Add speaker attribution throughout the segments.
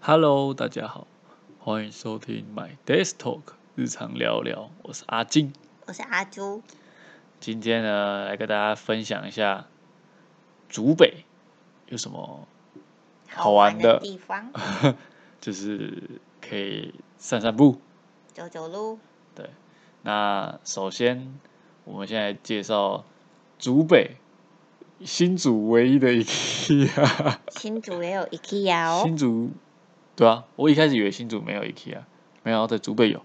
Speaker 1: Hello，大家好，欢迎收听 My Desk Talk 日常聊聊，我是阿金。
Speaker 2: 我是阿朱，
Speaker 1: 今天呢，来跟大家分享一下竹北有什么，好玩
Speaker 2: 玩
Speaker 1: 的
Speaker 2: 地方，
Speaker 1: 就是可以散散步。
Speaker 2: 走走路，
Speaker 1: 那首先，我们现在介绍竹北新竹唯一的 IKEA，、
Speaker 2: 新竹也有 IKEA 哦，
Speaker 1: 新竹对啊，我一开始以为新竹没有 IKEA，没想到在竹北有。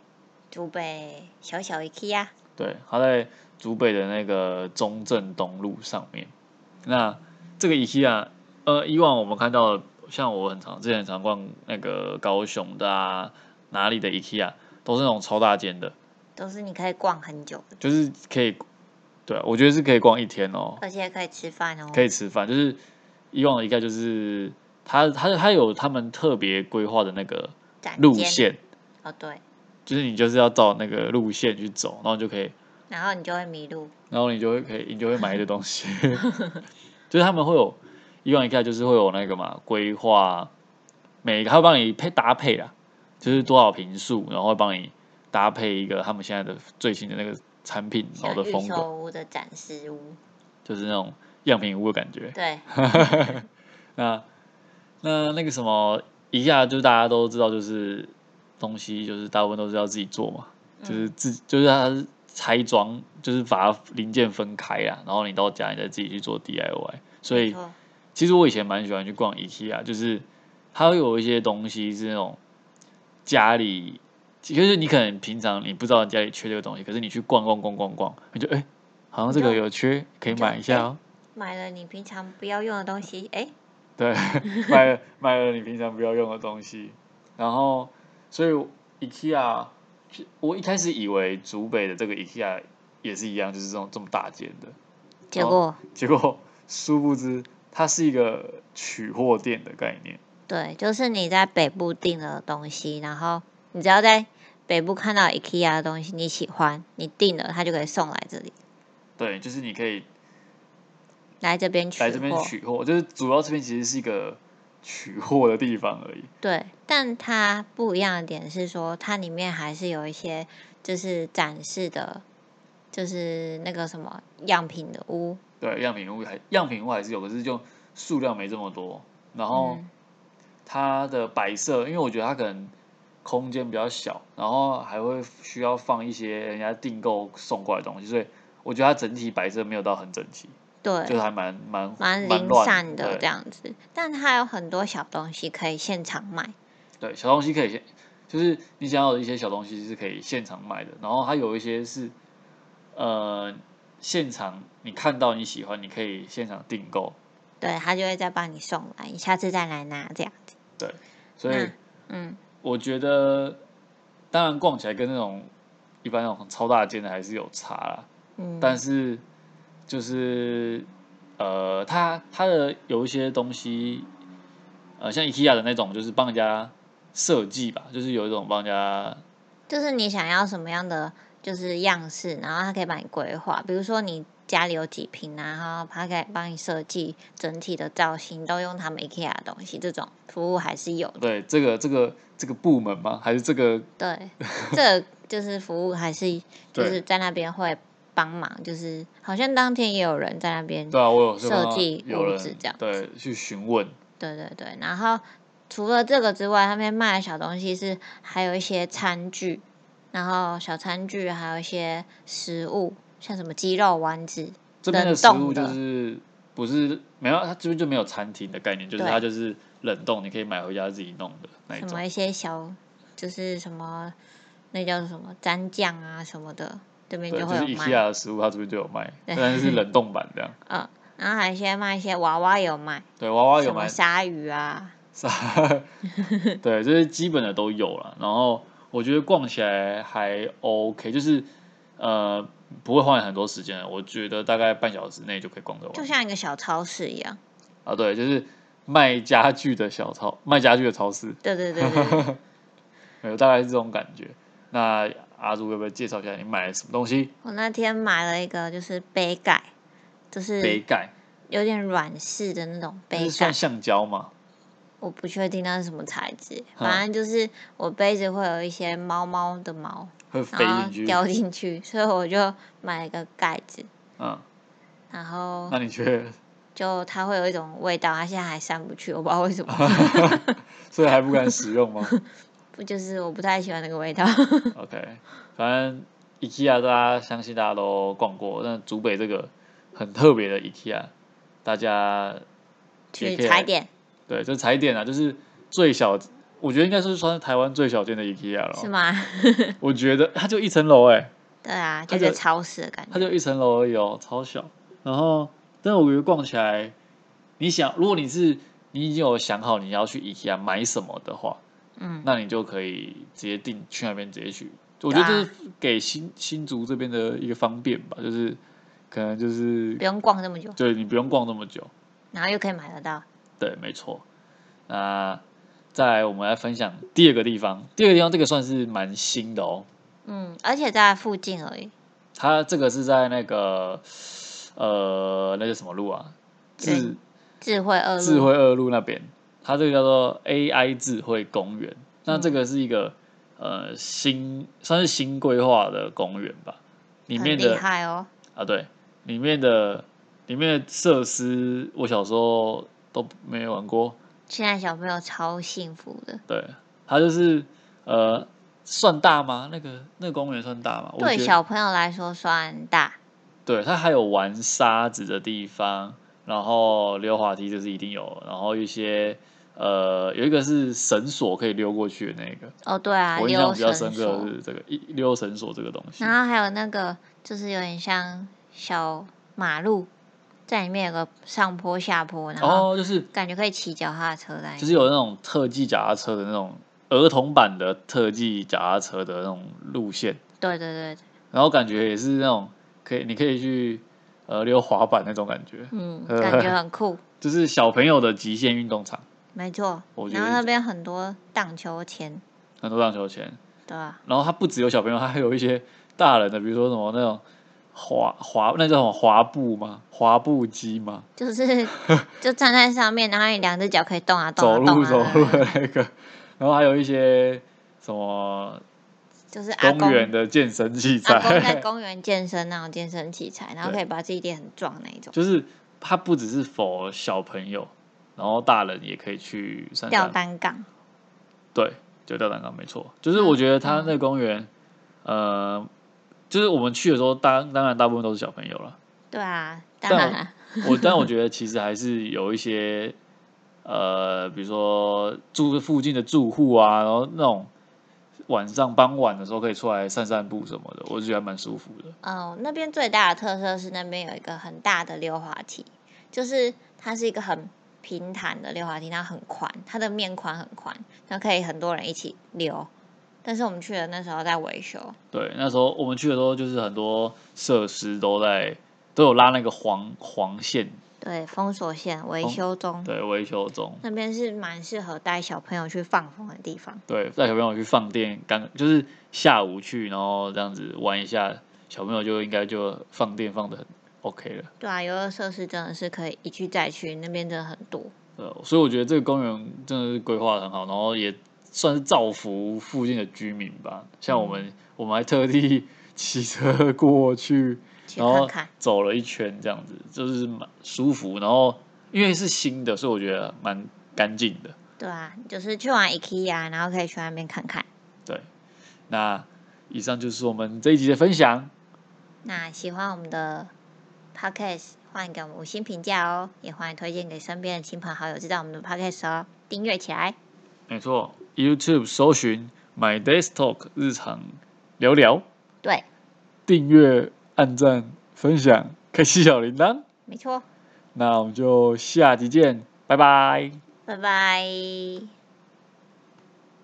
Speaker 2: 竹北小小 IKEA，
Speaker 1: 对，它在竹北的那个中正东路上面。那这个 IKEA，呃，以往我们看到，像我很常之前很常逛那个高雄的啊，哪里的 IKEA，都是那种超大间的，
Speaker 2: 都是你可以逛很久的，
Speaker 1: 就是可以，对啊我觉得是可以逛一天哦，
Speaker 2: 而且可以吃饭哦，
Speaker 1: 可以吃饭。就是以往的 IKEA 就是它它它有他们特别规划的那个
Speaker 2: 展
Speaker 1: 路
Speaker 2: 间
Speaker 1: 线，
Speaker 2: 哦，对，
Speaker 1: 就是你就是要照那个路线去走，然后你就可以
Speaker 2: 然后你就会迷路，
Speaker 1: 然后你就会可以，你就会买一堆东西， 就是他们会有以往一看就是会有那个嘛规划，每个他会帮你配搭配啦，就是多少平数，然后会帮你搭配一个他们现在的最新的那个产品，然
Speaker 2: 像
Speaker 1: 后的
Speaker 2: 预
Speaker 1: 风格，
Speaker 2: 售屋的展示屋，
Speaker 1: 就是那种样品屋的感觉。
Speaker 2: 对，
Speaker 1: 那那那个什么，一下就是大家都知道，就是东西就是大部分都是要自己做嘛，就是
Speaker 2: 嗯
Speaker 1: 自就是它是拆装，就是把它零件分开啦，然后你到家你再自己去做 DIY。所
Speaker 2: 没
Speaker 1: 以
Speaker 2: 错
Speaker 1: 其实我以前蛮喜欢去逛 IKEA，就是它会有一些东西是那种家里，就是你可能平常你不知道你家里缺这个东西，可是你去逛逛逛逛逛，你就哎、好像这个
Speaker 2: 你就
Speaker 1: 有缺，可以
Speaker 2: 你就
Speaker 1: 买一下
Speaker 2: 哎
Speaker 1: 哦。
Speaker 2: 买了你平常不要用的东西，哎，
Speaker 1: 对，买了买了你平常不要用的东西，然后所以 IKEA，我一开始以为竹北的这个 IKEA 也是一样，就是这种这么大间的，
Speaker 2: 结
Speaker 1: 哦
Speaker 2: 果
Speaker 1: 结果殊不知它是一个取货店的概念，
Speaker 2: 对，就是你在北部订了东西，然后你只要在北部看到 IKEA 的东西你喜欢，你订了它就可以送来这里，
Speaker 1: 对，就是你可以
Speaker 2: 来这边取货，
Speaker 1: 来这边取货，就是主要这边其实是一个取货的地方而已，
Speaker 2: 对，但它不一样的点是说，它里面还是有一些就是展示的，就是那个什么样品的屋，
Speaker 1: 对，样品屋还样品屋还是有，可是就数量没这么多，然后。
Speaker 2: 嗯，
Speaker 1: 它的摆设，因为我觉得它可能空间比较小，然后还会需要放一些人家订购送过来的东西，所以我觉得它整体摆设没有到很整齐，就是
Speaker 2: 对，
Speaker 1: 还蛮蛮
Speaker 2: 蛮
Speaker 1: 蛮
Speaker 2: 零
Speaker 1: 乱
Speaker 2: 散的这
Speaker 1: 对
Speaker 2: 样子。但它有很多小东西可以现场买，
Speaker 1: 对，小东西可以现，就是你想要的一些小东西是可以现场买的，然后它有一些是呃现场你看到你喜欢，你可以现场订购，
Speaker 2: 对，它就会再帮你送来，你下次再来拿这样子。
Speaker 1: 所以
Speaker 2: 嗯嗯，
Speaker 1: 我觉得当然逛起来跟那种一般那种超大间的还是有差啦。
Speaker 2: 嗯
Speaker 1: 但是就是呃，它它的有一些东西，呃，像 IKEA 的那种，就是帮人家设计吧，就是有一种帮人家
Speaker 2: 就是你想要什么样的就是样式，然后它可以帮你规划，比如说你家里有几瓶啊，然后它可以帮你设计整体的造型，都用他们 IKEA 的东西，这种服务还是有的。
Speaker 1: 对这个这个这个部门吗？还是这个
Speaker 2: 对，这个就是服务还是就
Speaker 1: 对
Speaker 2: 是在那边会帮忙，就是好像当天也有人在那边，
Speaker 1: 对啊，我有时候
Speaker 2: 设
Speaker 1: 看到
Speaker 2: 计
Speaker 1: 有
Speaker 2: 屋
Speaker 1: 人
Speaker 2: 子这样
Speaker 1: 对去询问，
Speaker 2: 对对对。然后除了这个之外，他们卖的小东西是还有一些餐具，然后小餐具，还有一些食物，像什么鸡肉丸子，
Speaker 1: 这边的
Speaker 2: 冷
Speaker 1: 食物
Speaker 2: 冻
Speaker 1: 就
Speaker 2: 的
Speaker 1: 是不是没有，它这边就没有餐厅的概念，就是
Speaker 2: 对
Speaker 1: 它就是冷冻，你可以买回家自己弄的那一
Speaker 2: 什
Speaker 1: 种
Speaker 2: 么。一些小，就是什么那叫什么蘸酱啊什么的，这边
Speaker 1: 对，
Speaker 2: 就
Speaker 1: 就
Speaker 2: 会
Speaker 1: 是啊
Speaker 2: 有
Speaker 1: IKEA
Speaker 2: 卖。
Speaker 1: 的食物，它这边就有卖，
Speaker 2: 对
Speaker 1: 但是是冷冻版这样。
Speaker 2: 嗯，然后还有一些卖一些娃娃也有卖，
Speaker 1: 对，娃娃有
Speaker 2: 什
Speaker 1: 卖
Speaker 2: 么鲨鱼啊，
Speaker 1: 啥？ 对，这些基本的都有了。然后我觉得逛起来还 OK，就是呃不会花你很多时间，我觉得大概半小时内就可以逛得
Speaker 2: 就
Speaker 1: 完。
Speaker 2: 像一个小超市一样。
Speaker 1: 啊，对，就是卖家具的小超，卖家具的超市，
Speaker 2: 对对对对 对
Speaker 1: 有大概是这种感觉。那阿朱要不要介绍一下你买了什么东西？
Speaker 2: 我那天买了一个就是杯盖，就
Speaker 1: 杯
Speaker 2: 是
Speaker 1: 盖，
Speaker 2: 有点软式的那种
Speaker 1: 就
Speaker 2: 嗯杯
Speaker 1: 是
Speaker 2: 盖
Speaker 1: 算，橡胶嘛？
Speaker 2: 我不确定那是什么材质，
Speaker 1: 嗯
Speaker 2: 反正就是我杯子会有一些猫猫的毛，
Speaker 1: 会飞
Speaker 2: 然后
Speaker 1: 进去。
Speaker 2: 掉进去，所以我就买了个盖子，
Speaker 1: 嗯，
Speaker 2: 然后
Speaker 1: 那你觉 得？
Speaker 2: 就它会有一种味道，它现在还散不去，我不知道为什么，
Speaker 1: 所以还不敢使用吗
Speaker 2: 不就是我不太喜欢那个味道。
Speaker 1: ？OK，反正 IKEA 大家相信大家都逛过，但竹北这个很特别的 IKEA，大家也
Speaker 2: 去
Speaker 1: 可以
Speaker 2: 踩
Speaker 1: 来
Speaker 2: 点
Speaker 1: 对，这踩点啊，就是最小，我觉得应该是算是台湾最小间的 IKEA 了。哦
Speaker 2: 是吗？
Speaker 1: 我觉得它就一层楼哎、
Speaker 2: 对啊，
Speaker 1: 它
Speaker 2: 就觉
Speaker 1: 的
Speaker 2: 得超市的感
Speaker 1: 它
Speaker 2: 觉。
Speaker 1: 就一层楼而已哦，超小。然后，但我觉得逛起来，你想，如果你是你已经有想好你要去 IKEA 买什么的话，
Speaker 2: 嗯，
Speaker 1: 那你就可以直接定去那边直接去。我觉得这是给新新竹这边的一个方便吧，就是可能就是
Speaker 2: 不用逛这么久，
Speaker 1: 对你不用逛那么久。
Speaker 2: 然后又可以买得到。
Speaker 1: 对，没错。那再来，我们来分享第二个地方。第二个地方这个算是蛮新的哦，
Speaker 2: 嗯，而且在附近而已，
Speaker 1: 它这个是在那个呃，那叫什么路啊？智
Speaker 2: 对智慧二路。
Speaker 1: 智慧二路那边，它这个叫做 AI 智慧公园。那这个是一个、呃新算是新规划的公园吧，里面
Speaker 2: 很厉
Speaker 1: 的
Speaker 2: 害哦。
Speaker 1: 啊对，里面的里面的设施，我小时候都没玩过。
Speaker 2: 现在小朋友超幸福的，
Speaker 1: 对，它就是呃，算大吗？那个那个公园算大吗？我
Speaker 2: 对
Speaker 1: 觉得
Speaker 2: 小朋友来说算大，
Speaker 1: 对，它还有玩沙子的地方，然后溜滑梯这是一定有，然后一些呃，有一个是绳索可以溜过去的那个，
Speaker 2: 哦，对啊，
Speaker 1: 我印象
Speaker 2: 溜
Speaker 1: 比较
Speaker 2: 绳
Speaker 1: 深刻的
Speaker 2: 索，啊
Speaker 1: 是这个一溜绳索这个东西。
Speaker 2: 然后还有那个就是有点像小马路，在里面有个上坡下坡，然后
Speaker 1: 哦，就是
Speaker 2: 感觉可以骑脚踏车来，
Speaker 1: 就是有那种特技脚踏车的那种儿童版的特技脚踏车的那种路线，
Speaker 2: 对对对，
Speaker 1: 然后感觉也是那种可以你可以去呃溜滑板那种感觉。
Speaker 2: 嗯，感觉很酷，
Speaker 1: 就是小朋友的极限运动场，
Speaker 2: 没错。
Speaker 1: 我觉
Speaker 2: 然
Speaker 1: 得
Speaker 2: 后那边很多荡秋千，
Speaker 1: 很多荡秋千。
Speaker 2: 对吧、
Speaker 1: 然后它不只有小朋友，它还有一些大人的，比如说什么那种滑滑那叫什么滑步吗？滑步机吗？
Speaker 2: 就是就站在上面，然后你两只脚可以动啊动
Speaker 1: 走
Speaker 2: 啊动
Speaker 1: 路
Speaker 2: 啊，
Speaker 1: 走
Speaker 2: 对
Speaker 1: 路
Speaker 2: 对对
Speaker 1: 的那个， 然后还有一些什么
Speaker 2: 就是阿
Speaker 1: 公
Speaker 2: 公
Speaker 1: 园的健身器
Speaker 2: 阿公 在
Speaker 1: 材，
Speaker 2: 公园健身那种健身器材，然后
Speaker 1: 对
Speaker 2: 可以把自己练很壮那一种，
Speaker 1: 就是它不只是否小朋友，然后大人也可以去散
Speaker 2: 吊
Speaker 1: 散
Speaker 2: 单嗯杠，
Speaker 1: 对，就吊单杠没错。就是我觉得他那个公园，呃，就是我们去的时候，当当然大部分都是小朋友了。
Speaker 2: 对啊，当
Speaker 1: 但
Speaker 2: 然啊
Speaker 1: 我但我觉得其实还是有一些呃，比如说住附近的住户啊，然后那种晚上傍晚的时候可以出来散散步什么的，我就觉得蛮舒服的。
Speaker 2: 哦，那边最大的特色是那边有一个很大的溜滑梯，就是它是一个很平坦的溜滑梯，然后很宽，它的面宽很宽，然后可以很多人一起溜。但是我们去的那时候在维修，
Speaker 1: 对，那时候我们去的时候，就是很多设施都在都有拉那个黄黄线，
Speaker 2: 对，封锁线维
Speaker 1: 哦
Speaker 2: 修中，
Speaker 1: 对，维修中。
Speaker 2: 那边是蛮适合带小朋友去放风的地方。
Speaker 1: 对，带小朋友去放电，刚就是下午去，然后这样子玩一下，小朋友就应该就放电放的很 OK 了。
Speaker 2: 对啊，游乐设施真的是可以一去再去，那边真的很多。
Speaker 1: 呃，所以我觉得这个公园真的是规划得很好，然后也算是造福附近的居民吧。像我
Speaker 2: 嗯
Speaker 1: 们，我们还特地骑车过去，
Speaker 2: 去
Speaker 1: 然后
Speaker 2: 看看，
Speaker 1: 走了一圈，这样子就是蛮舒服。然后因为是新的，所以我觉得蛮干净的。
Speaker 2: 对啊，就是去玩 IKEA，然后可以去那边看看。
Speaker 1: 对，那以上就是我们这一集的分享。
Speaker 2: 那喜欢我们的 podcast，欢迎给我们五星评价哦，也欢迎推荐给身边的亲朋好友知道我们的 podcast 哦，订阅起来。
Speaker 1: 没错，YouTube 搜寻 My Desk Talk 日常聊聊，
Speaker 2: 对，
Speaker 1: 订阅、按赞、分享、开启小铃铛。
Speaker 2: 没错，
Speaker 1: 那我们就下集见，拜拜。
Speaker 2: 拜拜。